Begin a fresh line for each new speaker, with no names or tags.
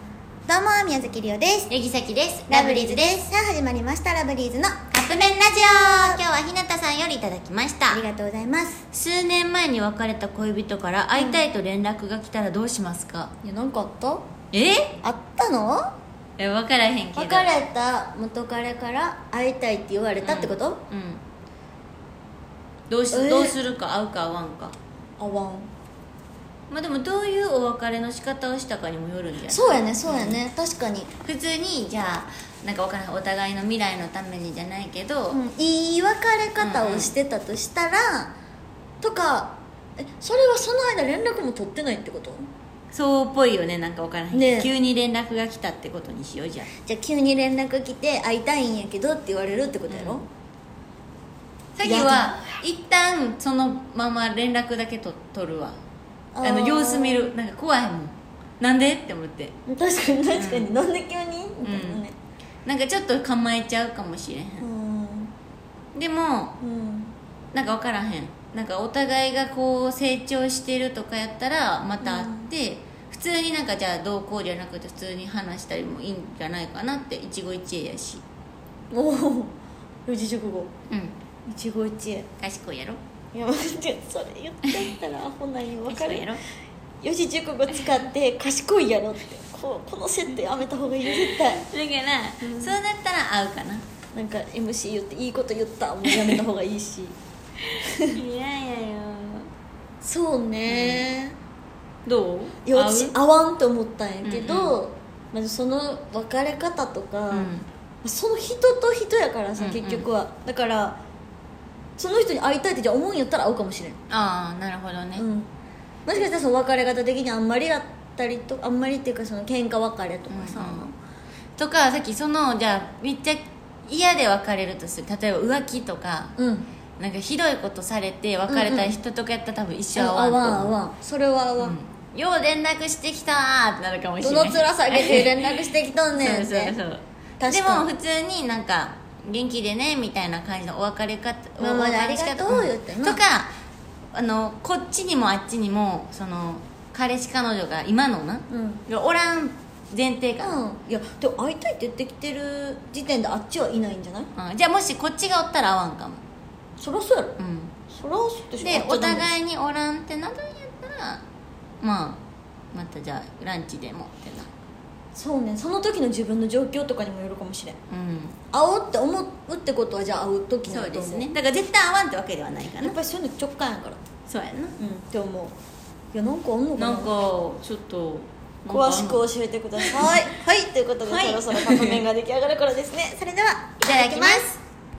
どうも宮崎りおです
柳崎です
ラブリーズですさあ始まりましたラブリーズの
カップ麺ラジオ今日は日向さんよりいただきまし
あ
た
りがとうございます
数年前に別れた恋人から会いたいと連絡が来たらどうしますか、
いやなんかあった
え
あったの
え分からへんけど
別れた元彼から会いたいって言われたってこと、
うんどうし、
え
どうするか会うか会わんか
あわん
まあでもどういうお別れの仕方をしたかにもよるんじゃない
そうやねそうやね、確かに、
普通にじゃあなんか分からんお互いの未来のためにじゃないけど、
うん、いい別れ方をしてたとしたら、とかえそれはその間連絡も取ってないってこと
そうっぽいよねなんか分からへんけど、
ねえ
急に連絡が来たってことにしようじゃあ
じゃあ急に連絡来て会いたいんやけどって言われるってことやろ、
うん詐欺は一旦そのまま連絡だけと取るわあ
あ
の
ー
様子見るなんか怖いもんなんでって思って
確かに確かに、なんで急にみたいなね
なんかちょっと構えちゃうかもしれへん
うん
でも
うん
なんか分からへんなんかお互いがこう成長してるとかやったらまた会って、普通になんかじゃあどうこうじゃなくて普通に話したりもいいんじゃないかなって一期一会やし
おお四字熟語
うん
一期一会
賢いやろ
いや待ってそれ言ってった らアホなんよ分か
賢
る
いやろ
四字熟語使って賢いやろってこうこの設定やめた方がいいよ絶対
だから、そうなったら会うかな
なんか MC 言っていいこと言ったもうやめた方がいいし
いやいやよ
そうね、
どう
いや私
会う
合わんと思ったんやけ
うん
ど、まあ、その別れ方とか、
うん
その人と人やからさ、
うんうん
結局はだからその人に会いたいってじゃあ思うんやったら会うかもしれん、
ああなるほどね、
うん、もしかしたらその別れ方的にあんまりやったりとあんまりっていうかその喧嘩別れとかさ、
うんうんとかさっきそのじゃあめっちゃ嫌で別れるとする例えば浮気とか
うん
なんかひどいことされて別れた人とかやったら多分一生
あわ
会わんと
んあ
思う
わんそれはあわん、
うんよう連絡してきたーってなるかもし
ど
れな
の
い
面下げて連絡してきとんねんって
そうそうそう
確
で
か
も
に
普通になんか元気でねみたいな感じのお別れ方
まあまあ
お別れし
ありが
方
とう言って
ん
な
とかあのこっちにもあっちにもその彼氏彼女が今のな、
うん
がおらん前提か
うんいやでも会いたいって言ってきてる時点であっちはいないんじゃない
うん、じゃあもしこっちがおったら会わんかも、
そりゃそうやろ
うん、
そりゃそうでしょ
でお
い
互いにおらんってなるんやったらまあまたじゃあランチでもってな
そうねその時の自分の状況とかにもよるかもしれん
うん
会おうって思うってことはじゃあ会う時なんだ
そう
と
で
思う
すねだから絶対会わんってわけではないか
や
な
っぱりそういうの直感やから
そうや
うんって思ういやなんかあんのか
な
な
なんかちょっと
詳しく教えてくださいはいということで、
はい
そろそろカップ麺が出来上がる頃ですねそれではい
いただきます